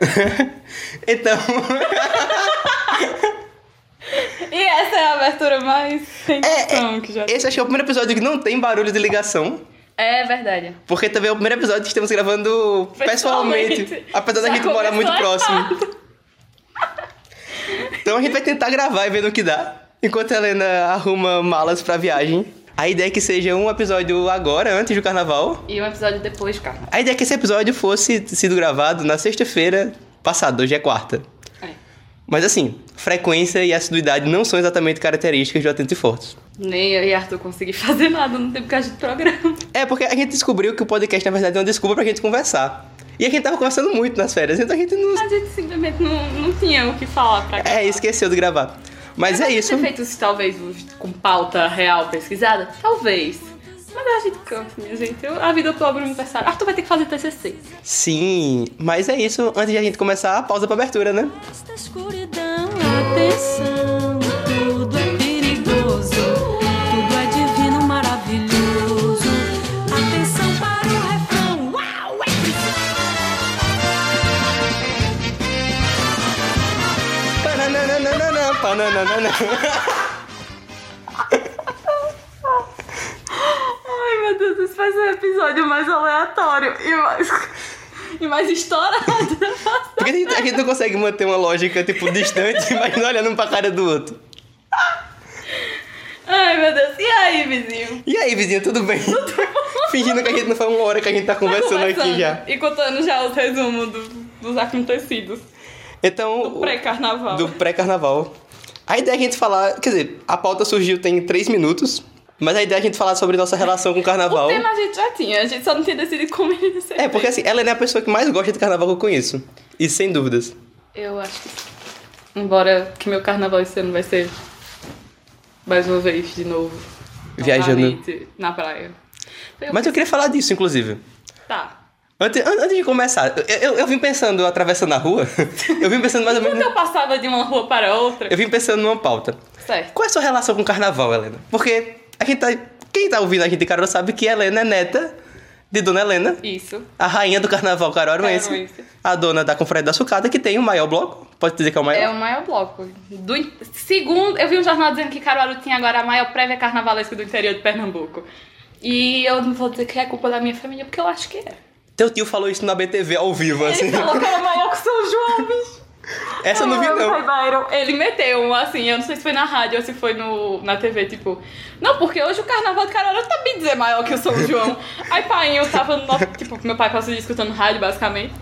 então. E essa é a abertura mais sem noção que já tem. Esse acho que é o primeiro episódio que não tem barulho de ligação. É verdade. Porque também é o primeiro episódio que estamos gravando pessoalmente. Pessoalmente. apesar da Já gente morar muito começou próximo. Então a gente vai tentar gravar e ver no que dá. Enquanto a Helena arruma malas pra viagem. A ideia é que seja um episódio agora, antes do carnaval. E um episódio depois, cara. A ideia é que esse episódio fosse sido gravado na sexta-feira passada, hoje é quarta. É. Mas assim, frequência e assiduidade não são exatamente características do Atento e Fortes. Nem eu e Arthur consegui fazer nada no tempo que a gente programa. É, porque a gente descobriu que o podcast, na verdade, é uma desculpa pra gente conversar. E a gente tava conversando muito nas férias, então a gente não. A gente simplesmente não, não tinha o que falar pra É, esqueceu de gravar. Mas é isso. Ter feito isso, talvez, os- com pauta real pesquisada? Talvez. Mas a gente cansa, minha gente. Eu- a vida pobre me pensaram. Arthur vai ter que fazer TCC. Sim, mas é isso. Antes de a gente começar, pausa pra abertura, né? Nesta escuridão, atenção, tudo é perigoso, tudo é divino, maravilhoso. Atenção para o refrão, uau, é Pananananana, panananana. Ai, meu Deus, esse vai ser o episódio mais aleatório e mais, e mais estourado. Porque a gente, a gente não consegue manter uma lógica, tipo, distante, mas não olhando um pra cara do outro. Ai, meu Deus. E aí, vizinho? E aí, vizinha, tudo bem? Fingindo que a gente não foi uma hora que a gente tá conversando aqui Conversando já. E contando já o resumo do- dos acontecidos. Então. o- Pré-carnaval. do pré-carnaval. A ideia é a gente falar, quer dizer, a pauta surgiu tem três minutos, mas a ideia é a gente falar sobre nossa relação com o O carnaval. tema a gente já tinha, a gente só não tinha decidido como ele ia ser. É, porque assim, ela é a pessoa que mais gosta de carnaval que eu conheço. E sem dúvidas. Eu acho que sim. Embora que meu carnaval esse ano vai ser mais uma vez de novo. Viajando. novamente, Na praia. Eu- Mas eu queria falar disso, inclusive. Tá. Antes, an- antes de começar, eu, eu, eu vim pensando, atravessando a rua, eu vim pensando mais ou Quando menos. eu passava de uma rua para outra. Eu vim pensando numa pauta. Certo. Qual é a sua relação com o carnaval, Helena? Porque a gente tá. Quem tá ouvindo a gente de Carol sabe que Helena é neta de Dona Helena, Isso. a rainha do carnaval caruaruense, Caruaruense. a dona da Confraria da Sucata, que tem o maior bloco. Pode dizer que é o maior? É o maior bloco. Do... in- Segundo, eu vi um jornal dizendo que Caruaru tinha agora a maior prévia carnavalesca do interior de Pernambuco. E eu não vou dizer que é culpa da minha família, porque eu acho que é. Teu tio falou isso na BTV ao vivo, assim. Ele falou que era maior que São João, bicho. Essa eu não vi, não. não. Ele meteu um assim, eu não sei se foi na rádio ou se foi no, na TV, tipo. Não, porque hoje o carnaval de Caruaru tá bem dizer maior que o São João. Aí, pai, eu tava no. Tipo, meu pai passou o dia escutando rádio, basicamente.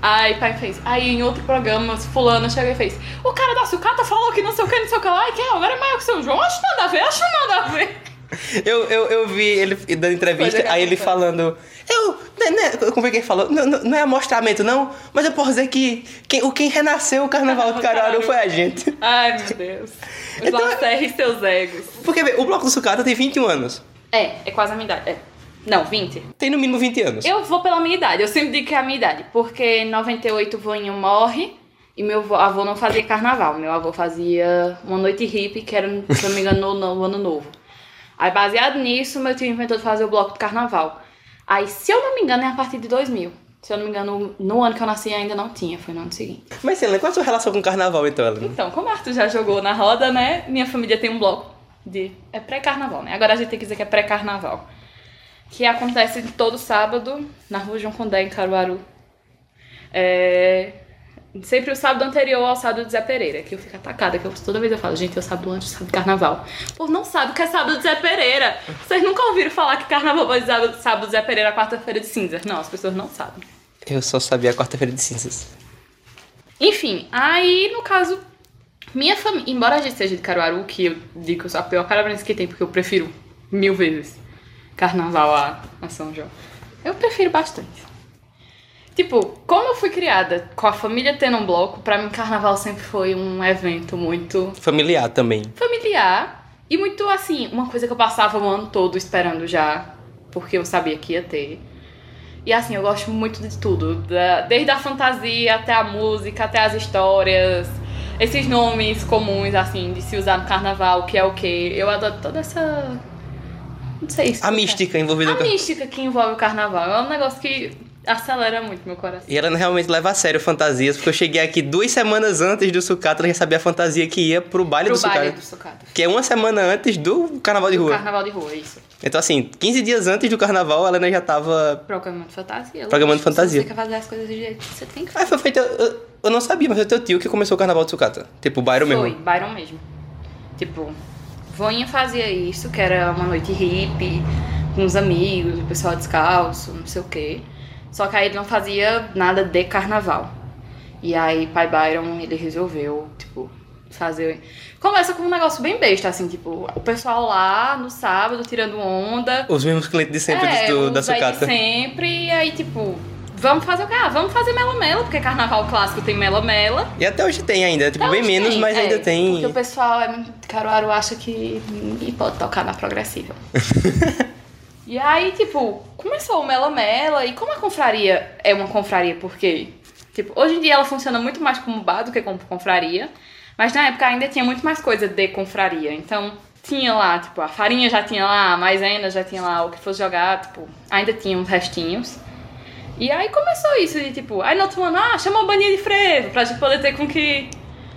Aí, pai fez. Aí, em outro programa, fulano chegou e fez. O cara da sucata falou que não sei o que, não sei o que lá. E que agora é maior que o São João. Acho nada a ver, acho nada a ver. Eu, eu, eu vi ele dando Foi entrevista, legal, aí ele foi. falando. Eu. Né, né, como é que ele falou? Não, não, não é amostramento, não, mas eu posso dizer que quem, o quem renasceu o carnaval do Caruaru foi a gente. Ai, meu Deus. Os Então- Lacerre e seus egos. Porque vê, o Bloco do Sucata tem 21 anos. É, é quase a minha idade. É. Não, 20. Tem no mínimo 20 anos. Eu vou pela minha idade, eu sempre digo que é a minha idade, porque em 98 o voinho morre e meu vô- avô não fazia carnaval, meu avô fazia uma noite hippie, que era, se não me engano, no, no ano novo. Aí, baseado nisso, meu tio inventou de fazer o bloco do carnaval. Aí, se eu não me engano, é a partir de 2000. Se eu não me engano, no ano que eu nasci ainda não tinha, foi no ano seguinte. Mas Helena, qual é a sua relação com o carnaval, então, Helena? Então, como o Arthur já jogou na roda, né? Minha família tem um bloco de. É pré-carnaval, né? Agora a gente tem que dizer que é pré-carnaval. Que acontece todo sábado na rua João Condé, em Caruaru. É. Sempre o sábado anterior ao sábado de Zé Pereira, que eu fico atacada, que eu, toda vez eu falo, gente, é o sábado antes do sábado de carnaval. O povo não sabe o que é sábado de Zé Pereira. Vocês nunca ouviram falar que carnaval vai de sábado, sábado de Zé Pereira, quarta-feira de cinzas. Não, as pessoas não sabem. Eu só sabia a quarta-feira de cinzas. Enfim, aí no caso, minha família. Embora a gente seja de Caruaru, que eu digo que eu sou a pior carabense que tem, porque eu prefiro mil vezes carnaval a, a São João. Eu prefiro bastante. Tipo, como eu fui criada com a família tendo um bloco, pra mim carnaval sempre foi um evento muito Familiar também. familiar e muito assim, uma coisa que eu passava o ano todo esperando já, porque eu sabia que ia ter. E assim, eu gosto muito de tudo, da- desde a fantasia até a música, até as histórias, esses nomes comuns assim de se usar no carnaval, que é o quê? Eu adoro toda essa não sei A explicar. mística envolvida A com mística que envolve o carnaval é um negócio que Acelera muito meu coração. E ela realmente leva a sério fantasias, porque eu cheguei aqui duas semanas antes do sucata, ela já sabia a fantasia que ia pro baile Pro do baile sucata. do sucata. Que é uma semana antes do carnaval de Do rua. carnaval de rua, isso. Então, assim, 15 dias antes do carnaval, ela né, já tava. Programando fantasia. Programando lógico. fantasia. Se você quer fazer as coisas do jeito que você tem que Ah, foi feito. Eu, eu não sabia, mas foi teu tio que começou o carnaval de sucata. Tipo, o Byron Foi, mesmo. Byron mesmo. Tipo, Voinha fazia isso, que era uma noite hippie, com os amigos, o pessoal descalço, não sei o quê. Só que aí ele não fazia nada de carnaval. E aí, pai Byron, ele resolveu, tipo, fazer. Começa com um negócio bem besta, assim, tipo, o pessoal lá no sábado tirando onda. Os mesmos clientes de sempre é, do- da os aí de sucata. sempre, e aí, tipo, vamos fazer o quê? Ah, vamos fazer mela-mela, porque carnaval clássico tem mela-mela. E até hoje tem ainda, tipo, Então, bem acho que menos, tem, mas é, ainda tem. Porque o pessoal é muito. Caruaru acha que ninguém pode tocar na progressiva. e aí, tipo, começou o Mela Mela. E como a confraria é uma confraria, porque. Tipo, hoje em dia ela funciona muito mais como bar do que como confraria. Mas na época ainda tinha muito mais coisa de confraria. Então. Tinha lá, tipo, a farinha já tinha lá, a maisena já tinha lá, o que fosse jogar, tipo, ainda tinha uns restinhos. E aí começou isso de tipo, aí no outro ano, ah, chama uma baninha de frevo pra gente poder ter com que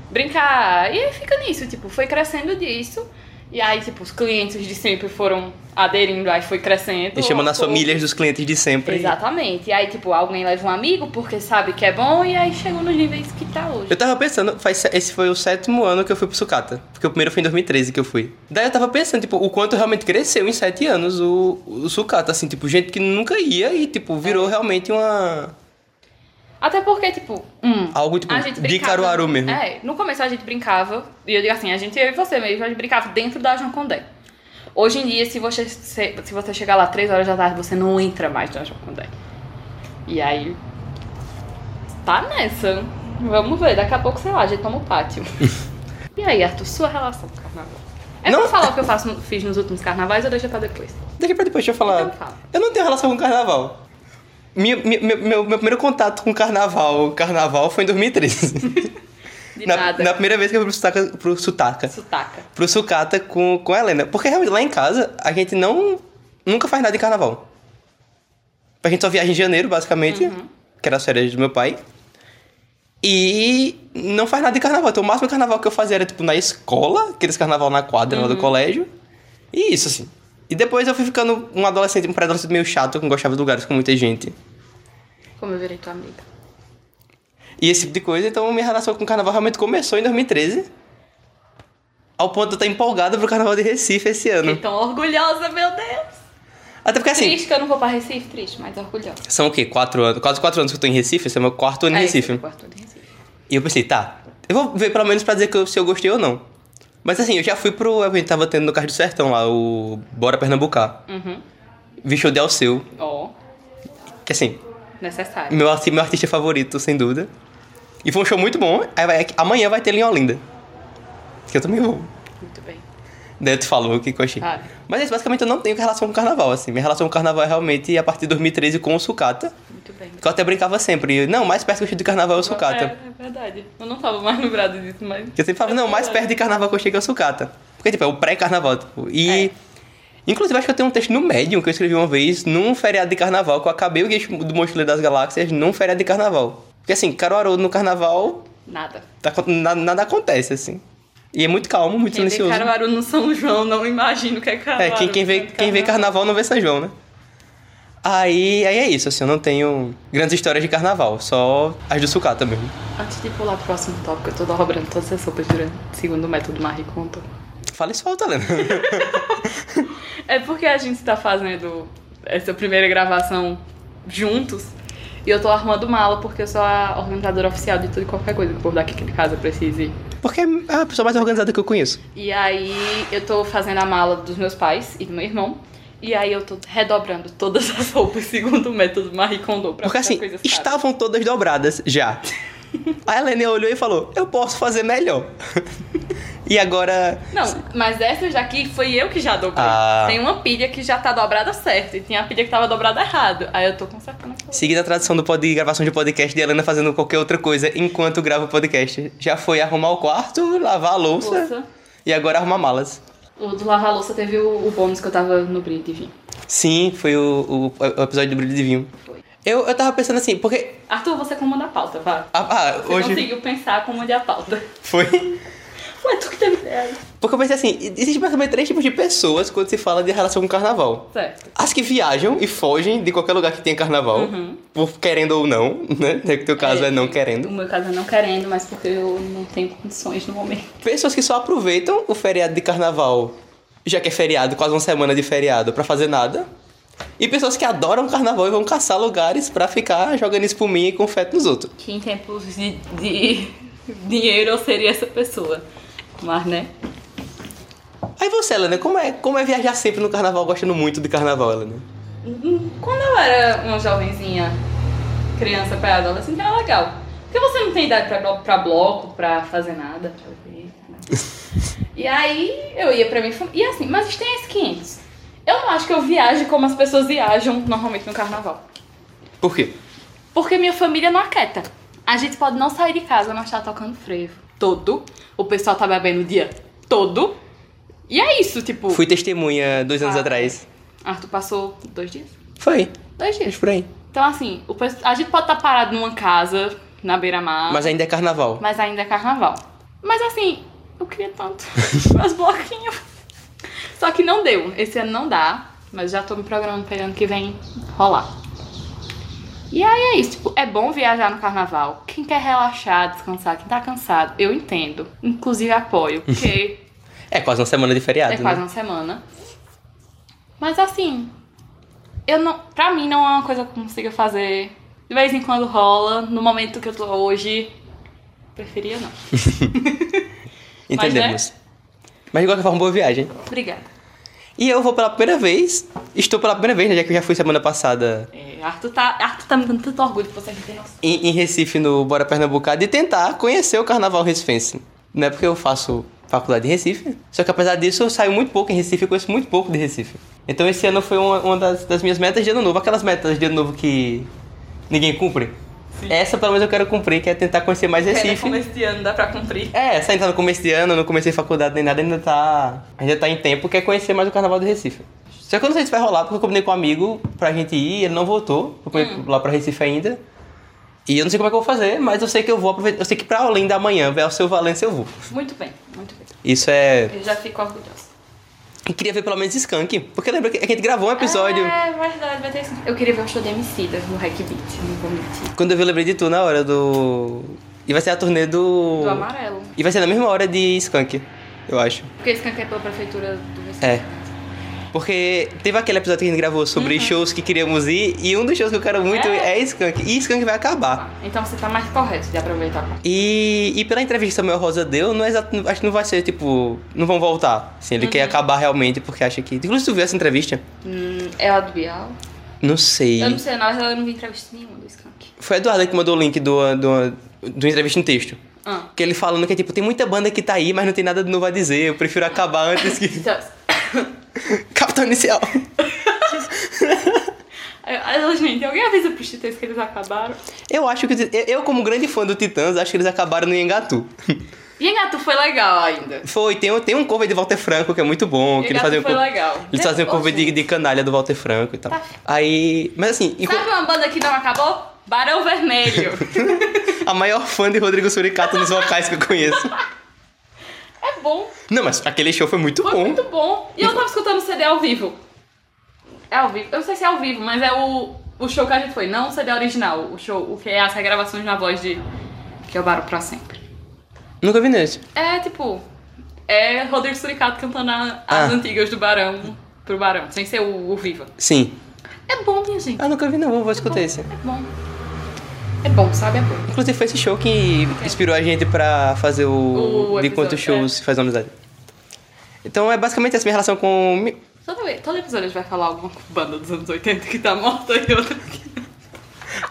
brincar. E aí fica nisso, tipo, foi crescendo disso. E aí, tipo, os clientes de sempre foram aderindo, aí foi crescendo. E chamando as Ficou- famílias dos clientes de sempre. Exatamente. E aí, tipo, alguém leva um amigo porque sabe que é bom, e aí chegou nos níveis que tá hoje. Eu tava pensando, faz, se- esse foi o sétimo ano que eu fui pro sucata. Porque o primeiro foi em 2013 que eu fui. Daí eu tava pensando, tipo, o quanto realmente cresceu em sete anos o, o sucata, assim, tipo, gente que nunca ia e, tipo, É. virou realmente uma. Até porque, tipo, hum, Algo, tipo, a gente de brincava- Caruaru mesmo. É, no começo a gente brincava, e eu digo assim, a gente, eu e você mesmo, a gente brincava dentro da João Condé. Hoje em dia, se você, se, se você chegar lá 3 horas da tarde, você não entra mais na João Condé. E aí, tá nessa. Vamos ver, daqui a pouco, sei lá, a gente toma o pátio. e aí, Arthur, sua relação com o carnaval? É Não- pra falar o que eu faço, no- fiz nos últimos carnavais ou deixa pra depois? Daqui pra depois, deixa eu falar. Então fala. Eu não tenho relação com carnaval. Minha- minha- meu, meu- meu primeiro contato com carnaval, carnaval foi em 2013. De na, nada. na primeira vez que eu fui pro sutaca. Pro sutaca. Sotaca. pro sucata com, com a Helena. Porque realmente lá em casa a gente não. Nunca faz nada em carnaval. A gente só viaja em janeiro, basicamente, que era as férias do meu pai. E não faz nada em carnaval. Então o máximo carnaval que eu fazia era tipo na escola, aqueles carnaval na quadra lá do colégio. E isso, assim. E depois eu fui ficando um adolescente, um pré-adolescente meio chato, que não gostava de lugares com muita gente. Como eu virei tua amiga. E esse tipo de coisa. Então minha relação com o carnaval realmente começou em 2013. Ao ponto de eu estar empolgada pro carnaval de Recife esse ano. Fiquei tão orgulhosa, meu Deus. Até porque assim. Triste que eu não vou pra Recife, triste, mas orgulhosa. São o quê? Quatro anos, quase quatro anos que eu tô em Recife, esse é meu quarto ano em É, Recife. esse quarto de Recife. E eu pensei, tá, eu vou ver pelo menos pra dizer que eu- se eu gostei ou não. Mas assim, eu já fui pro evento que tava tendo no Cais do Sertão lá, o Bora Pernambucar. Uhum. Vi show de Alceu, Ó, que assim, necessário. meu, arti- meu artista favorito, sem dúvida. E foi um show muito bom, aí vai- amanhã vai ter ele em Olinda. Que eu também vou. Muito bem. Daí eu te falo o que que eu achei. Sabe? Mas é isso, basicamente eu não tenho relação com carnaval, assim. Minha relação com carnaval é realmente a partir de 2013 com o Sucata. Muito bem. Que eu até brincava sempre. Não, mais perto que eu chego de carnaval é o Sucata. É, é verdade. Eu não tava mais lembrado disso, mas. Que eu sempre falo, não, mais perto de carnaval que eu chego é o sucata. Porque, tipo, é o pré-carnaval. Tipo, e. É. Inclusive, acho que eu tenho um texto no Medium que eu escrevi uma vez num feriado de carnaval, que eu acabei o guia do Mochileiro das Galáxias num feriado de carnaval. Porque, assim, Caruaru no carnaval, Nada. tá acon- na- nada acontece, assim. E é muito calmo, muito Quem vê silencioso. Caruaru no São João, não imagino o que é É, Caruaru. quem, quem, vê, no quem vê carnaval. carnaval não vê São João, né? Aí, aí é isso, assim, eu não tenho grandes histórias de carnaval, só as do sucata mesmo. Antes de pular pro próximo tópico, eu tô dobrando todas as sopas durante segundo o método Marie Kondo. Fala isso alto, Helena. É porque a gente tá fazendo essa primeira gravação juntos. E eu tô armando mala porque eu sou a organizadora oficial de tudo e qualquer coisa que o povo daqui de casa precise. Porque é a pessoa mais organizada que eu conheço. E aí eu tô fazendo a mala dos meus pais e do meu irmão. E aí eu tô redobrando todas as roupas segundo o método Marie Kondo Porque pra ficar assim, coisas caras. estavam todas dobradas já. A Helena olhou e falou: Eu posso fazer melhor. e agora. Não, mas essas daqui foi eu que já dobrei. Ah. Tem uma pilha que já tá dobrada certo e tem a pilha que tava dobrada errado. Aí eu tô consertando aquilo. Seguindo a tradição do pod, gravação de podcast de Helena fazendo qualquer outra coisa enquanto grava o podcast. Já foi arrumar o quarto, lavar a louça, Louça. e agora arrumar malas. O do lavar louça teve o, o bônus que eu tava no brinde, enfim. Sim, foi o, o- o episódio do Brilho de Vinho. Foi. Eu, eu tava pensando assim, porque. Arthur, você comanda a pauta, vá. Ah, ah, Você hoje. conseguiu pensar, comande a pauta. Foi. Ué, tu que teve ideia. Porque eu pensei assim, existem basicamente três tipos de pessoas quando se fala de relação com carnaval. Certo. As que viajam e fogem de qualquer lugar que tenha carnaval, Uhum. por querendo ou não, né? No teu caso é não querendo. No meu caso, eu não querendo, mas porque eu não tenho condições no momento. Pessoas que só aproveitam o feriado de carnaval, já que é feriado, quase uma semana de feriado, pra fazer nada. E pessoas que adoram carnaval e vão caçar lugares pra ficar jogando espuminha e confete nos outros. Que em tempos de, de dinheiro eu seria essa pessoa. Mas, né? Aí você, Helena, como é, como é viajar sempre no carnaval, gostando muito de carnaval, Helena? Hum, Quando eu era uma jovenzinha, criança pra adolescente, era legal. Porque você não tem idade pra, blo- pra bloco, pra fazer nada. pra ver, né? e aí eu ia pra minha família. E assim, mas tem as 500. Eu não acho que eu viaje como as pessoas viajam normalmente no carnaval. Por quê? Porque minha família não aquieta. A gente pode não sair de casa, mas tá tocando frevo todo. O pessoal tá bebendo o dia todo. E é isso, tipo. Fui testemunha dois anos Ah. atrás. Arthur passou dois dias? Foi, Dois dias. acho por aí. Então, assim, o pe- a gente pode estar parado numa casa, na beira-mar, mas... Mas ainda é carnaval. ainda é carnaval. Mas, assim, eu queria tanto meus bloquinhos. Só que não deu. Esse ano não dá, mas já tô me programando pra ano que vem rolar. E aí é isso, tipo, é bom viajar no carnaval. Quem quer relaxar, descansar, quem tá cansado, eu entendo. Inclusive apoio, porque É quase uma semana de feriado, é quase né? uma semana. Mas assim, eu não, pra mim não é uma coisa que eu consiga fazer. De vez em quando rola, no momento que eu tô hoje, preferia não. Entendemos. Mas, de qualquer forma, boa viagem. Obrigada. E eu vou pela primeira vez. Estou pela primeira vez, né, já que eu já fui semana passada É, Arthur, tá, Arthur tá me dando tanto orgulho que você não tem noção. em, em Recife, no Bora Pernambucado, e tentar conhecer o carnaval recifense. Não é porque eu faço faculdade em Recife, só que apesar disso eu saio muito pouco em Recife, eu conheço muito pouco de Recife. Então esse ano foi uma, uma das, das minhas metas de ano novo, aquelas metas de ano novo que ninguém cumpre. Essa pelo menos eu quero cumprir, que é tentar conhecer mais Pena, Recife. como esse ano dá pra cumprir. É, essa ainda tá no começo de ano, não comecei faculdade nem nada, ainda tá. Ainda tá em tempo, quer conhecer mais o carnaval do Recife. Só que eu não sei se vai rolar, porque eu combinei com um amigo pra gente ir, ele não voltou, eu fui lá pra Recife ainda. E eu não sei como é que eu vou fazer, mas eu sei que eu vou aproveitar. Eu sei que pra além da manhã, ver o seu Valença, eu vou. Muito bem, muito bem. Isso é. Eu já fico orgulhosa. Eu queria ver pelo menos Skank, porque lembra que a gente gravou um episódio. É verdade, vai ter esse... Eu queria ver o show de Emicida no Hack Beat, não vou mentir. Quando eu vi, eu lembrei de tu na hora do. E vai ser a turnê do. Do Amarelo. E vai ser na mesma hora de Skank, eu acho. Porque esse canto é pela prefeitura do Recife. É. Porque teve aquele episódio que a gente gravou sobre shows que queríamos ir, e um dos shows que eu quero muito é, Uhum. É. Skank. E Skank vai acabar. Então você tá mais correto de aproveitar. E, e pela entrevista que o Samuel Rosa deu, não é exato- acho que não vai ser tipo. Não vão voltar. Assim, ele Uhum. quer acabar realmente porque acha que. Inclusive, tu viu essa entrevista? Hum, é a do Bial? Não sei. Eu não sei, na verdade eu não vi entrevista nenhuma do Skank. Foi a Eduarda que mandou o link do, do, do entrevista em texto. Ah, Que ele falando que, tipo, tem muita banda que tá aí, mas não tem nada de novo a dizer. Eu prefiro acabar antes que. então. Capitão Inicial. Elas, gente, alguém avisa pros titãs que eles acabaram? Eu acho que. eu- Eu, como grande fã do Titãs, acho que eles acabaram no Engatu. E Engatu foi legal ainda. Foi, tem, um- tem um cover de Walter Franco que é muito bom. Que eles Engatu fazem um foi co- legal. Eles fazem um Depois, cover de, de canalha do Walter Franco e tal. Tá. Aí. Mas assim, enqu- Sabe uma banda que não acabou? Barão Vermelho. a maior fã de Rodrigo Suricato nos vocais que eu conheço. é bom, Não, mas aquele show foi muito foi bom. muito bom. E eu tava escutando o CD ao vivo. É ao vivo? Eu não sei se é ao vivo, mas é o, o show que a gente foi. Não o CD original, o show, o que é as regravações na voz de... Que é o Barão Pra Sempre. Nunca vi nesse. É, tipo, é Rodrigo Suricato cantando a- Ah. as antigas do Barão pro Barão, sem ser o, o Viva. Sim. É bom, minha gente. Ah, nunca vi não, vou- vou escutar bom, esse. É bom. É bom, sabe? É bom. Inclusive foi esse show que inspirou a gente pra fazer o, O de quantos episódio, é. shows se faz uma amizade. Então é basicamente essa minha relação com mi- Todo, e- todo episódio a gente vai falar alguma banda dos anos 80 que tá morta e outra que.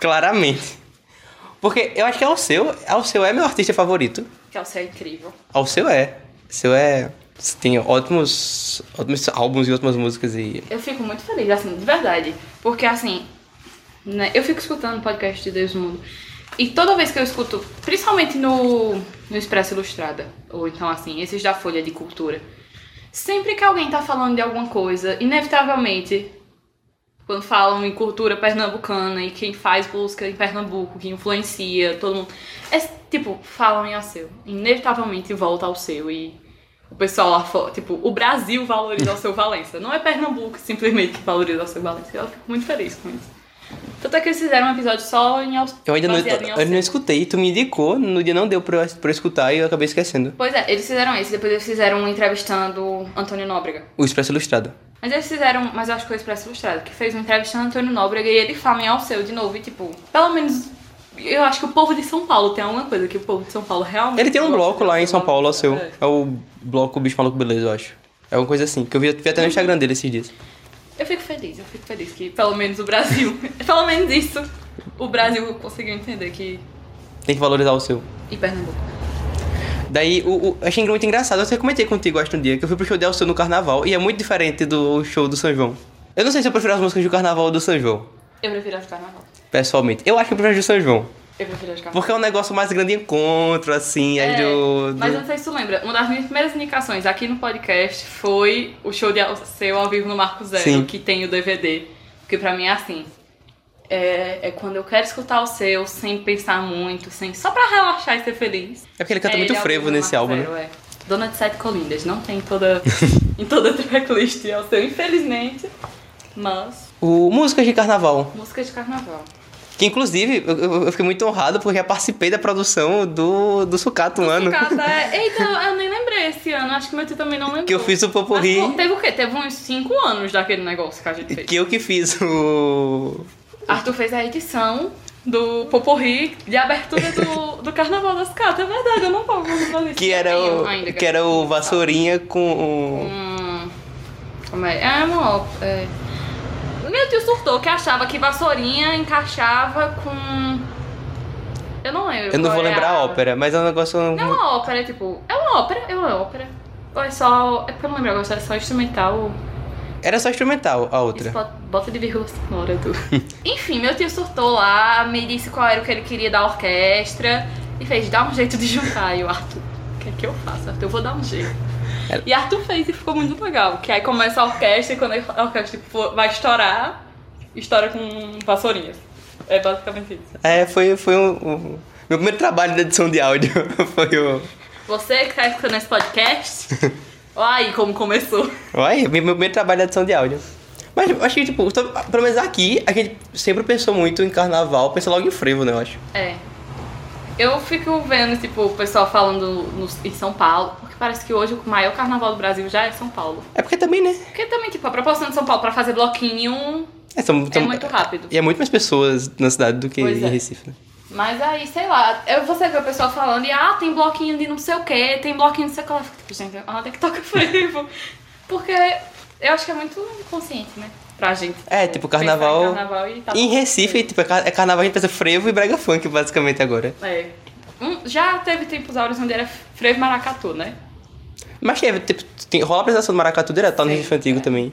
claramente. Porque eu acho que Alceu, Alceu é meu artista favorito. Kelsey é incrível. Alceu é. Alceu é tem ótimos ótimos álbuns e ótimas músicas e Eu fico muito feliz, assim, de verdade. Porque, assim, né, eu fico escutando podcast de Deus do Mundo. E toda vez que eu escuto, principalmente no, no Expresso Ilustrada, ou então, assim, esses da Folha de Cultura, sempre que alguém tá falando de alguma coisa, inevitavelmente Quando falam em cultura pernambucana e quem faz busca em Pernambuco, que influencia todo mundo. É tipo, falam em seu. Inevitavelmente volta ao seu e o pessoal lá fora. Tipo, o Brasil valoriza o seu Valença. Não é Pernambuco simplesmente que valoriza o seu Valença. Eu fico muito feliz com isso. Tanto é que eles fizeram um episódio só em Alceu. Eu ainda não, baseado em eu não Alceu. escutei, tu me indicou, no dia não deu pra, eu- pra eu escutar e eu acabei esquecendo. Pois é, eles fizeram esse, depois eles fizeram um entrevistando Antônio Nóbrega. O Expresso Ilustrado. Mas eles fizeram, mas eu acho que o Expresso Ilustrado, que fez uma entrevista no Antônio Nóbrega e ele fala em Alceu de novo. E tipo, pelo menos eu acho que o povo de São Paulo tem alguma coisa que o povo de São Paulo realmente. Ele tem um gosta bloco de lá em Alceu São Paulo, o seu. Valença. É. É o bloco Bicho Maluco Beleza, eu acho. É uma coisa assim, que eu vi, vi até no Instagram dele esses dias. Eu fico feliz, eu fico feliz que pelo menos o Brasil. pelo menos isso, o Brasil conseguiu entender que. Tem que valorizar o seu. E Pernambuco. Daí, o, o, achei muito engraçado. Eu até comentei contigo, acho, um dia, que eu fui pro show de Elcio no carnaval e é muito diferente do show do São João. Eu não sei se eu prefiro as músicas do carnaval ou do São João, Eu prefiro as de carnaval. pessoalmente. Eu acho que eu prefiro as do São João. Eu prefiro as de carnaval. Porque é um negócio mais grande encontro, assim, as É, do. do... Mas eu não sei se tu lembra, uma das minhas primeiras indicações aqui no podcast foi o show de seu ao vivo no Marco Zero, Sim. que tem o DVD. Porque pra mim é assim. É, é quando eu quero escutar o seu sem pensar muito, sem, só pra relaxar e ser feliz. É porque ele canta É muito ao frevo vivo no nesse Marco álbum, né? Zero, é. Dona de Sete Colindas, não tem em toda, em toda a tracklist ao seu, infelizmente. Mas, O Músicas de Carnaval. música de carnaval. Que inclusive eu- eu, eu fiquei muito honrado porque eu participei da produção do, do Sucato um ano. Cata, é- Eita, eu nem lembrei esse ano. Acho que meu tio também não lembrou. Que eu fiz o Poporri. Mas, pô, teve o quê? Teve uns 5 anos daquele negócio que a gente fez. Que eu que fiz o. Arthur fez a edição do Poporri de abertura do, do Carnaval das Catas. É verdade, eu não vou falar isso. Que era Eu o. tenho ainda, Que era o Vassourinha com. o- Hum, como é? É, amor. É... Meu tio surtou que achava que Vassourinha encaixava com... Eu não lembro. Eu não qual vou é lembrar a ópera, mas é um negócio. Não é uma ópera, é tipo. É uma ópera, é uma ópera. Ou é só. É porque eu não lembro agora se é só instrumental ou. Era só instrumental a outra. Isso bota- Bota de vírgula sonora, tu. Enfim, meu tio surtou lá, me disse qual era o que ele queria da orquestra e fez, dá um jeito de juntar. E o Arthur, o que é que eu faço, Arthur? Eu vou dar um jeito. Ela- E Arthur fez e ficou muito legal. Que aí começa a orquestra e quando a orquestra tipo, for- vai estourar, estoura com vassourinhas. É basicamente isso. É, foi, foi um, um- Meu primeiro trabalho de edição de áudio foi o. Você que tá escutando esse podcast, olha aí como começou. Uai, meu meu primeiro trabalho de edição de áudio. Mas eu acho que, tipo, to- pelo menos aqui, a gente sempre pensou muito em carnaval, pensa logo em frevo, né, eu acho. É. Eu fico vendo, tipo, o pessoal falando no- em São Paulo, porque parece que hoje o maior carnaval do Brasil já é São Paulo. É porque também, né? Porque também, tipo, a proporção de São Paulo pra fazer bloquinho É, são- é são- muito rápido. E é muito mais pessoas na cidade do que Pois em é. Recife, né? Mas aí, sei lá, eu- você vê o pessoal falando, e ah, tem bloquinho de não sei o quê, tem bloquinho de sei o que lá. Eu fico, Tipo, gente, ah, tem que tocar frevo. Porque eu acho que é muito inconsciente, né? Pra gente. É, tipo, pensar carnaval- Em, carnaval e tá em Recife, tipo, é car- é carnaval, a gente pensa frevo e brega funk, basicamente, agora. É. Hum, já teve tempos áureos onde era frevo e maracatu, né? Mas teve, tipo, tem, rola a apresentação do Maracatu direto, tá no Sim, Recife Antigo é. também.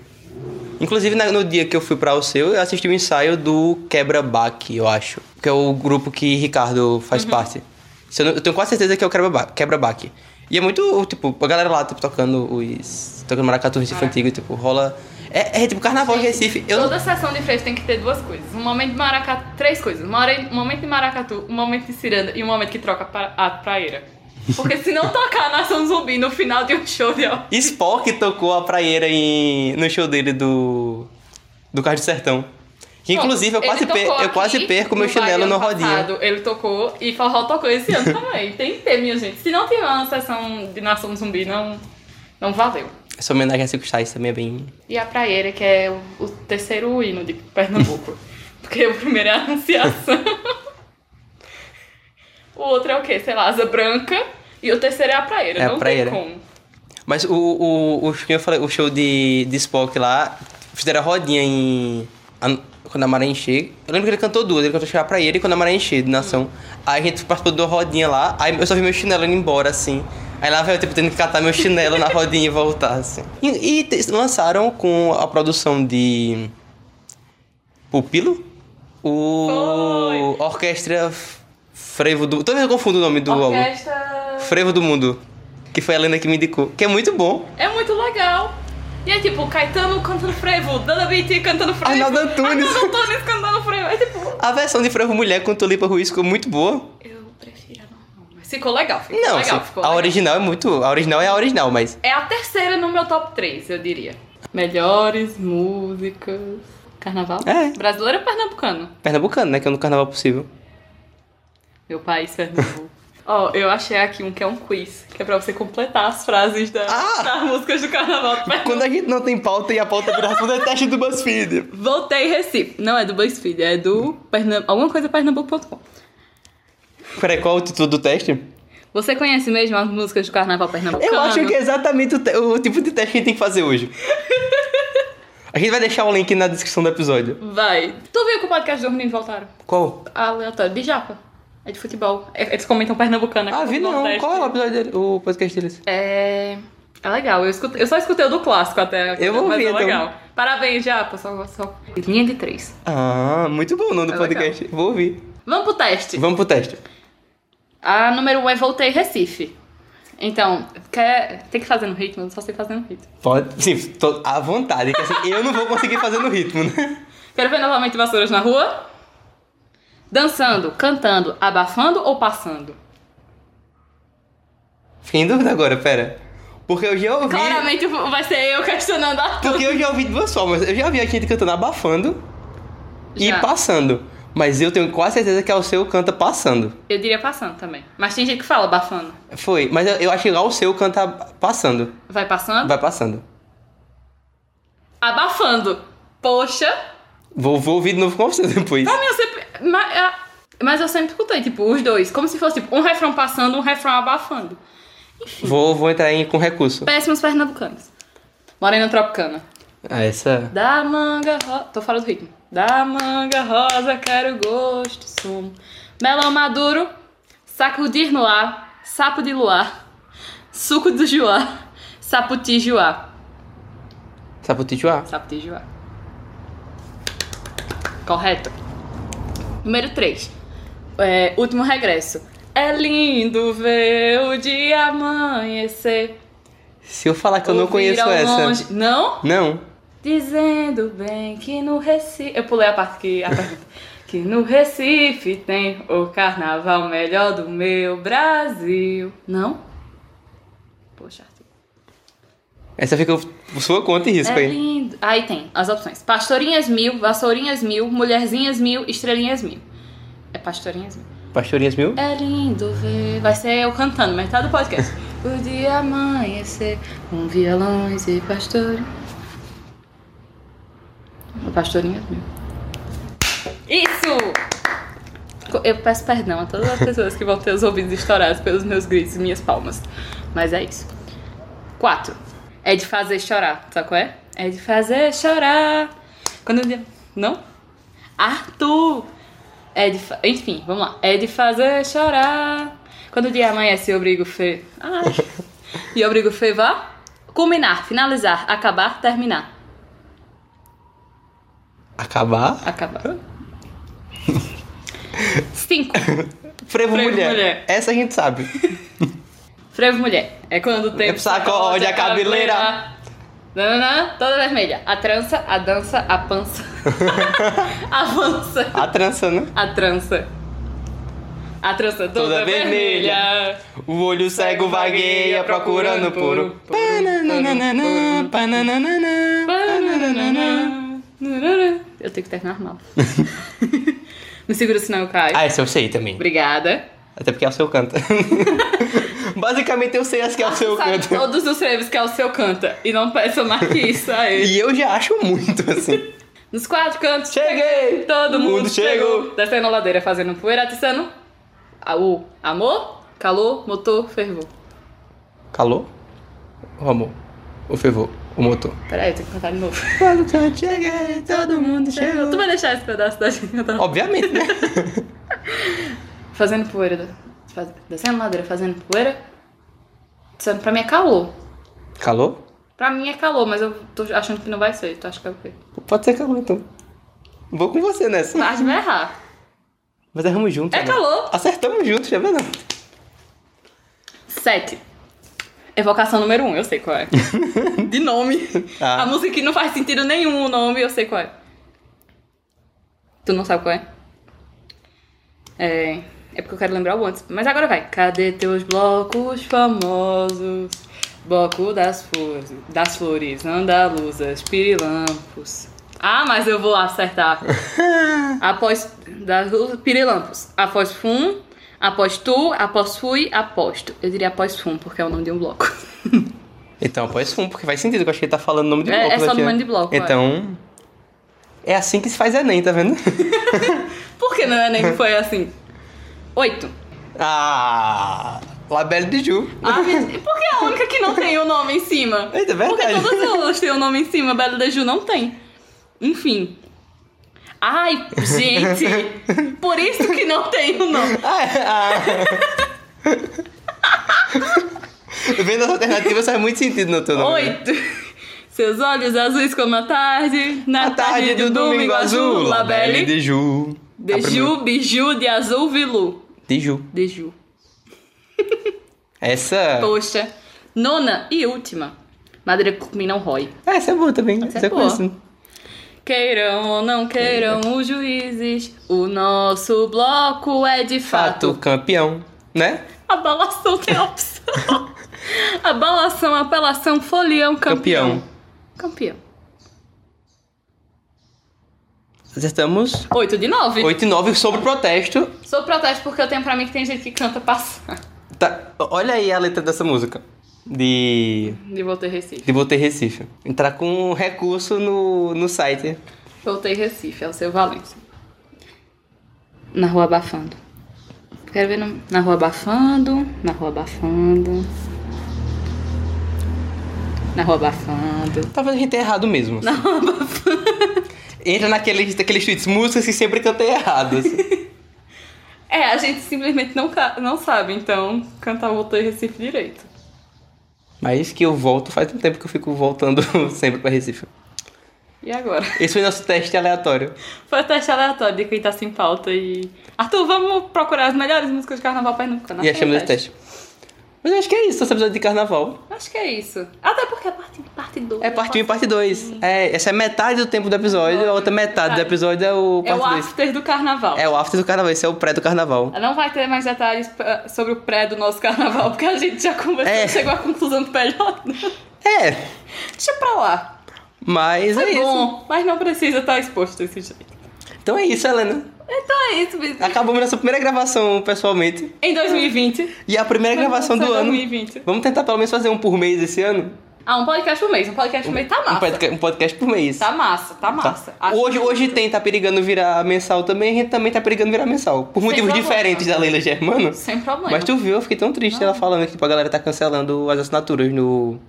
Inclusive, na- no dia que eu fui pra o seu, eu assisti o ensaio do Quebra Baque, eu acho. Que é o grupo que Ricardo faz Uhum. parte. Se eu, não- eu tenho quase certeza que é o Quebra Baque. Quebra Baque. E é muito, tipo, a galera lá, tipo, tocando os... Tocando Maracatu no Recife Maracatu. Antigo, e, tipo, rola... É, é, tipo, carnaval em Recife. Eu Toda não... sessão de frevo tem que ter duas coisas. Um momento de maracatu. Três coisas. Uma hora- um momento de maracatu, um momento de ciranda e um momento que troca pra, a praeira. Porque se não tocar a nação zumbi no final de um show de ó, Spock tocou a praieira em, no show dele do... Do Carro do Sertão. Que, Pronto, inclusive, eu ele quase, per- tocou eu quase aqui perco meu no baile chinelo ano no rodinho. passado, Ele tocou e forró tocou esse ano também. Tem que ter, minha gente. Se não tiver uma sessão de nação zumbi, não, não valeu. Essa homenagem a Silvio Stiles também é bem. E a praeira, que é o, o terceiro hino de Pernambuco. Porque o primeiro é a Anunciação. o outro é o quê? Sei lá, Asa Branca. E o terceiro é a praeira. É a Não praeira. tem como. Mas o, o, o, que eu falei, o show de, de Spock lá, fizeram a rodinha em. a- quando a maré encher. Eu lembro que ele cantou duas, ele cantou chegar pra ele e quando a maré encher de nação. Aí a gente participou de uma rodinha lá, aí eu só vi meu chinelo indo embora assim. Aí lá vai eu tipo, tendo que catar meu chinelo na rodinha e voltar assim. E, e te- lançaram com a produção de. Pupilo? O. Orquestra Frevo do. Toda vez eu confundo o nome do álbum. Orquestra... Frevo do Mundo, que foi a lenda que me indicou, que é muito bom. É muito legal. E é tipo, Caetano cantando frevo, Dana Beatty cantando frevo. Arnaldo Antunes. Arnaldo Antunes cantando frevo. É tipo, A versão de Frevo Mulher com Tulipa Ruiz ficou muito boa. eu prefiro a normal. Mas ficou legal, ficou Não, legal. assim, ficou a legal. original é muito. A original é a original, mas. É a terceira no meu top 3, eu diria. Melhores músicas. Carnaval? É. Brasileiro ou pernambucano? Pernambucano, né? Que é no carnaval possível. Meu país, Pernambuco. Ó, eu achei aqui um que é um quiz, que é pra você completar as frases da- Ah! das músicas do carnaval do Pernambuco. Quando a gente não tem pauta e a pauta vira assunto, é teste do BuzzFeed. Voltei Recife. Não é do BuzzFeed, é do Pernambuco. Alguma coisa pernambuco.com. Peraí, qual é o título do teste? Você conhece mesmo as músicas do carnaval pernambucano? Eu acho que é exatamente o, te- o tipo de teste que a gente tem que fazer hoje. A gente vai deixar o link na descrição do episódio. Vai. Tu viu que o podcast dos meninos voltaram? Qual? Aleatório. Bijapa. É de futebol. É- Eles comentam pernambucano. é Ah, como vi o não. Nordeste. Qual é o episódio dele? O podcast deles? É. É legal, eu, escutei- eu só escutei o do clássico até agora, Eu vou mas ouvir, é então. legal. Parabéns, Japa, só, só... Linha de três. Ah, muito bom o nome do É podcast. Vou ouvir. Vamos pro teste. Vamos pro teste. A número um é Voltei Recife. Então, quer... tem que fazer no ritmo, eu só sei fazer no ritmo. Pode. Sim, tô à vontade. que assim, eu não vou conseguir fazer no ritmo, né? Quero ver novamente Vassouras na rua. Dançando, cantando, abafando ou passando? Fiquei em dúvida agora, pera. Porque eu já ouvi. Claramente vai ser eu questionando a tu. Porque eu já ouvi duas formas. Eu já ouvi a gente cantando abafando Já. e passando. Mas eu tenho quase certeza que Alceu canta passando. Eu diria passando também. Mas tem gente que fala abafando. Foi, mas eu, eu acho que Alceu canta passando. Vai passando? Vai passando. Abafando. Poxa, Vou, vou ouvir de novo com você depois. Pra mim, eu sempre. Mas, é, mas eu sempre escutei, tipo, os dois. Como se fosse, tipo, um refrão passando, um refrão abafando. Vou, vou entrar em, com recurso. Péssimos pernambucanos. Morena Tropicana. Ah, essa. Da manga rosa. Tô fora do ritmo. Da manga rosa, quero gosto, sumo. Melão maduro, sacudir no ar, sapo de luar, suco do juá, saputi juá. é Sapotitiuá. Saputi juá. Correto. Número 3. último regresso. É lindo ver o dia amanhecer. Se eu falar que eu não Ouvir conheço ao essa. longe- Não? Não. Dizendo bem que no Recife. Eu pulei a parte que. A pergunta. que no Recife tem o carnaval melhor do meu Brasil. Não? Poxa, Arthur. Essa fica por sua conta e risco É aí. lindo. Aí tem as opções: Pastorinhas Mil, Vassourinhas Mil, Mulherzinhas Mil, Estrelinhas Mil. É Pastorinhas Mil. Pastorinhas mil? É lindo ver. Vai ser eu cantando, metade do podcast. o dia amanhecer com violões e pastores. Pastorinhas mil. Isso! Eu peço perdão a todas as pessoas que vão ter os ouvidos estourados pelos meus gritos e minhas palmas. Mas é isso. Quatro. É de fazer chorar. Sabe qual é? É de fazer chorar. Quando o dia. Não? Arthur! É de fa- Enfim, vamos lá. É de fazer chorar. Quando o dia amanhece, eu obrigo fe. Ai. e eu obrigo fe vá. Culminar, finalizar, acabar, terminar. Acabar? Acabar. Cinco. Frevo, Frevo mulher. mulher. Essa a gente sabe. Frevo mulher. É quando o tempo. Sacode a cabeleira. Nananã, toda vermelha. A trança, a dança, a pança. Avança. A trança, né? A trança. A trança toda, Toda vermelha. vermelha. O olho cego vagueia procurando puro. Pananana, pananana, pananana. Eu tenho que terminar mal. Me segura senão eu caio. Ah, essa eu sei também. Obrigada. Até porque é o seu canto. Basicamente eu sei as que é o seu Sabe canto. todos os frames que é o seu canta. E não peçam mais que isso a ele. E eu já acho muito, assim. Nos quatro cantos. Cheguei! Todo O mundo mundo, chegou. chegou. Descendo a ladeira, fazendo poeira, atiçando. a- O amor, calor, motor, fervor. Calor? O amor? O fervor? O motor? Peraí, eu tenho que cantar de novo. Quando canto cheguei, todo mundo Tu vai deixar esse pedaço da gente cantar? Obviamente, né? Fazendo poeira. faz- Descendo ladeira, fazendo poeira. Sendo pra mim é calor. Calor? Pra mim é calor, mas eu tô achando que não vai ser. Tu acha que é o quê? Pode ser calor, então. Vou com você nessa. Mas vai errar. Mas erramos juntos. É né? calor. Acertamos juntos, já vendo? Sete. Evocação número um, eu sei qual é. De nome. Ah. A música que não faz sentido nenhum, o nome, eu sei qual é. Tu não sabe qual é? É. É porque eu quero lembrar o antes. Mas agora vai. Cadê teus blocos famosos? Bloco das flores, das flores andaluzas, pirilampos. Ah, mas eu vou acertar. após das luzes, pirilampos. Após fum, após tu, após fui, aposto. Eu diria após fum, porque é o nome de um bloco. Então, após fumo, porque faz sentido, que eu acho que ele tá falando o nome de É, bloco. é só aqui, né? nome de bloco, é. Então. É assim que se faz Enem, tá vendo? Por que não é nem que foi assim? Oito. ah! Labelle de Ju. Ah, gente, por que a única que não tem o nome em cima? Eita, é Porque verdade. todas elas têm o nome em cima, Belo da Ju não tem. Enfim. Ai, gente! Por isso que não tem o nome. Ah, é, ah. Vendo as alternativas faz muito sentido no teu nome. né? Oito. Seus olhos azuis como a tarde, na A tarde do domingo azul, Labelle Labelle, de Ju. A de primeira- Ju, Biju, de azul, Vilu. De Ju. De Ju. Essa. Poxa. Nona e última. Madeira que me não rói. Ah, essa é boa também. Essa é Essa eu boa. conheço. Queiram ou não queiram os juízes, o nosso bloco é de Fato fato. campeão, né? Abalação tem opção. Abalação, apelação, folião, campeão. Campeão. Acertamos Oito de nove. 8 e 9 sobre protesto. Sou protesto porque eu tenho pra mim que tem gente que canta passar. Tá, olha aí a letra dessa música. De. De Voltei Recife. De Botei Recife. Entrar com recurso no, no site. Voltei Recife, é o seu Valença. Na rua abafando. Quero ver no- na rua abafando, na rua abafando. Na rua abafando. Talvez a gente tenha errado mesmo. Não, Entra naqueles, naqueles tweets, músicas que sempre cantei assim. erradas. É, a gente simplesmente não, ca- não sabe, então cantar Voltei Recife direito. Mas que eu volto, faz um tempo que eu fico voltando sempre pra Recife. E agora? Esse foi nosso teste aleatório. Foi o teste aleatório de quem tá sem pauta e. Arthur, vamos procurar as melhores músicas de carnaval pernambucano. e Acho que é achamos o esse teste. Mas eu acho que é isso, esse episódio de carnaval. Acho que é isso. Até porque é parte 1 parte 2. É parte 1 e parte 2. É, essa é metade do tempo do episódio, a outra metade do episódio é o É o parte 2. after do carnaval. É o after do carnaval, esse é o pré do carnaval. Não vai ter mais detalhes pra- sobre o pré do nosso carnaval, porque a gente já conversou, É. chegou à conclusão do PJ. É, Deixa pra lá. mas é Foi isso. bom, mas não precisa estar exposto desse jeito. Então é isso, Helena. Então é isso, Bibi. Acabamos nossa primeira gravação pessoalmente. Em 2020. E É a primeira gravação do ano. 2020. Vamos tentar pelo menos fazer um por mês esse ano? Ah, um podcast por mês. Um podcast por mês tá Um massa. podca- um podcast por mês. Tá massa, Tá. tá massa. Hoje, hoje tem, tá perigando virar mensal também, a gente também tá perigando virar mensal. Por motivos problema. diferentes da Leila Germano. Sem problema. Mas tu viu, eu fiquei tão triste ela falando que tipo, a galera tá cancelando as assinaturas no.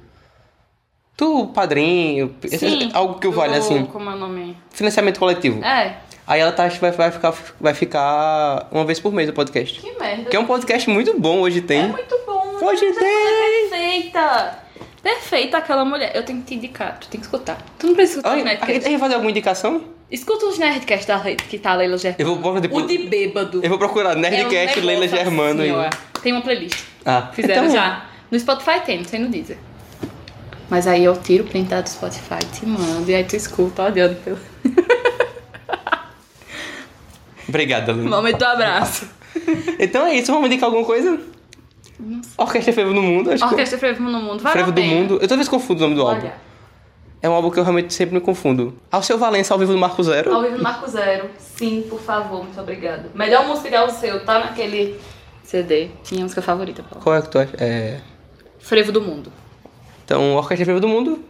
Tu, padrinho, Sim, é algo que eu vale, do- assim. Como é o nome? Financiamento coletivo. É, Aí ela tá, acho que vai, vai, ficar, vai ficar uma vez por mês o podcast. que merda. Que é um podcast muito bom, hoje É tem. muito bom. Hoje essa tem. mulher é Perfeita. Perfeita aquela mulher. Eu tenho que te indicar, tu tem que escutar. Tu não precisa escutar Ai, os Ah, a gente Nerdcast. vai fazer alguma indicação? Escuta os Nerdcast da Leila, que tá a Leila Eu Germano. vou procurar depois. O de bêbado. Eu vou procurar Nerdcast é um Leila negócio, Germano aí. senhora. Tem uma playlist. Ah, Fizeram então- já. No Spotify tem, não sei no Deezer. Mas aí eu tiro o print do Spotify, te mando, e aí tu escuta, olhando pelo. Obrigada, Leila. Momento do abraço. Então é isso, vamos indicar alguma coisa? Orquestra Frevo no Mundo, acho Orquestra Frevo no Mundo, que. vai Frevo do Mundo. Eu talvez confundo o nome do álbum. Olha, É um álbum que eu realmente sempre me confundo. Ao seu Valença ao vivo do Marco Zero. ao vivo no Marco Zero. Sim, por favor, muito obrigada. Melhor música é o seu, tá naquele CD. Minha música favorita, Paulo. Qual é que tu acha? É... Frevo do Mundo. Então, Orquestra Frevo do Mundo,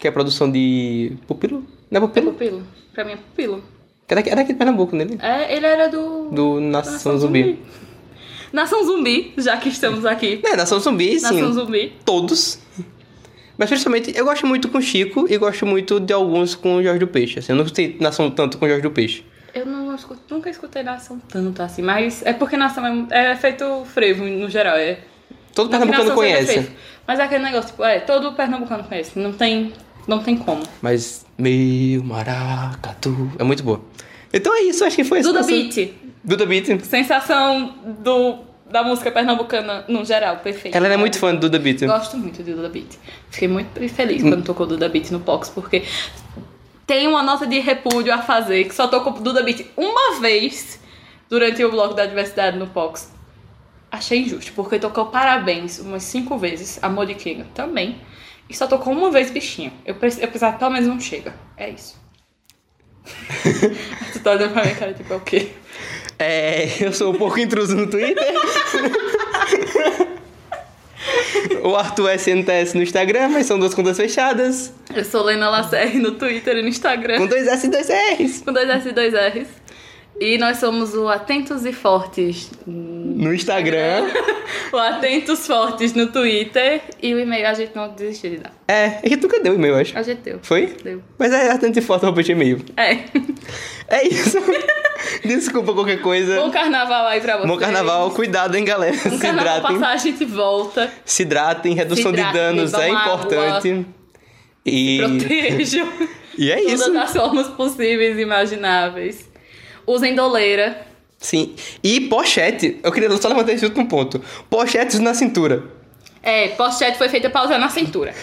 que é produção de Pupilo. Não é Pupilo? Pupilo. Pra mim é Pupilo. É daqui, é daqui de Pernambuco, né? É, ele era do... Do Nação Zumbi. Nação Zumbi, já que estamos aqui. É, Nação Zumbi, sim. Nação Zumbi. Todos. Mas principalmente, eu gosto muito com o Chico e gosto muito de alguns com o Jorge do Peixe. Assim, eu não gostei de Nação tanto com o Jorge do Peixe. Eu não escuto- nunca escutei Nação tanto assim, mas é porque Nação é, é feito frevo no geral. É, Todo não que pernambucano Nação seja conhece. frevo, Mas é aquele negócio, tipo, é, todo pernambucano conhece. Não tem, não tem como. Mas meu maracatu. É muito boa. Então é isso, acho que foi isso. Duda nossa- Beat, Duda Beat. sensação do da música pernambucana no geral, perfeito. Ela é muito fã do The Beat. Gosto muito de Duda Beat. Fiquei muito feliz quando tocou Duda Beat no Pox, porque tem uma nota de repúdio a fazer, que só tocou Duda Beat uma vez durante o bloco da diversidade no Pox. Achei injusto, porque tocou Parabéns umas cinco vezes, Amor de Kinga também, e só tocou uma vez Bichinho. Eu, preci- eu precisava pelo menos um Chega. É isso. tu tá olhando pra minha cara, tipo, é o quê? É, eu sou um pouco intruso no Twitter. o Arthur SNTS no Instagram, mas são duas contas fechadas. Eu sou Lena Lacerre no Twitter e no Instagram. Com dois S e dois R's. com dois S e dois R's. E nós somos o Atentos e Fortes. hum, No Instagram. O Atentos Fortes no Twitter. E o e-mail a gente não desistiu de dar. É, a gente nunca deu e-mail, eu acho. A gente deu. Foi? Deu. Mas é atento e foto, arroba gmail. É. É isso. Desculpa qualquer coisa. Bom carnaval aí pra vocês. Bom carnaval, cuidado, hein, galera. Um Se carnaval hidratem. passar, a gente volta. Se hidratem, redução Se hidratem, de danos é bebam água. importante. E, Protejam. e é isso. Todas as formas possíveis e imagináveis. Usem doleira. Sim. E pochete. Eu queria só levantar esse último ponto. Pochetes na cintura. É, pochete foi feita pra usar na cintura.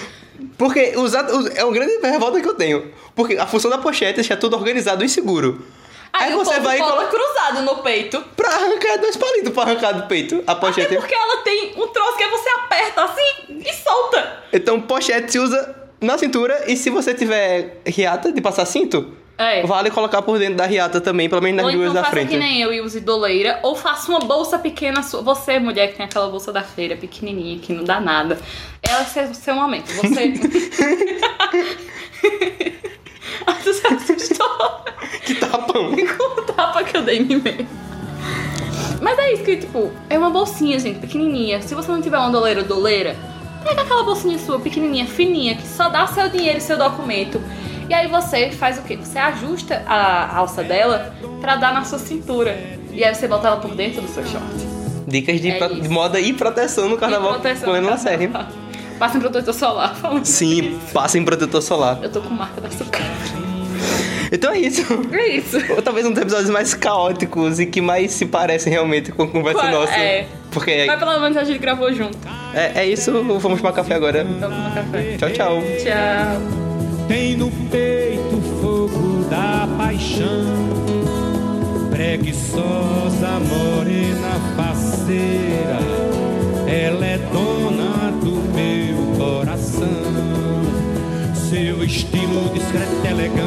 Porque usar, us- é uma grande revolta que eu tenho. Porque a função da pochete é deixar tudo organizado e seguro. Aí, Aí, o você povo vai e cola coloca cruzado no peito. pra arrancar dois palitos pra arrancar do peito. A Até pochete. porque ela tem um troço que aí você aperta assim e solta. Então, pochete se usa na cintura e se você tiver riata de passar cinto, É. vale colocar por dentro da riata também, pelo menos nas ou duas então da faça frente. que nem eu e use doleira, ou faça uma bolsa pequena sua. Você, mulher, que tem aquela bolsa da feira pequenininha, que não dá nada. Ela é o seu momento. Você... Ah, tu se assustou Que tá tapão. com o tapa que eu dei em mim mesmo. Mas é isso que, tipo, é uma bolsinha, gente, pequenininha. Se você não tiver uma doleira ou doleira, pega aquela bolsinha sua, pequenininha, fininha, que só dá seu dinheiro e seu documento. E aí você faz o quê? Você ajusta a alça dela pra dar na sua cintura. E aí você bota ela por dentro do seu short. Dicas de, É pro- isso. de moda e proteção no carnaval E proteção com Lena do Lacerre. carnaval. Passa um protetor solar. Falando Sim, isso. passem protetor solar. Eu tô com marca da sua cara. Então é isso. É isso. Ou talvez um dos episódios mais caóticos e que mais se parecem realmente com a conversa Qual- nossa. é. Porque Mas é, pelo menos a gente gravou junto. é isso. Vamos tomar café agora. Então, toma café. Tchau, tchau. Tchau. Tem no peito o fogo da paixão, preguiçosa morena faceira, ela é dona do meu coração. Seu estilo discreto e elegante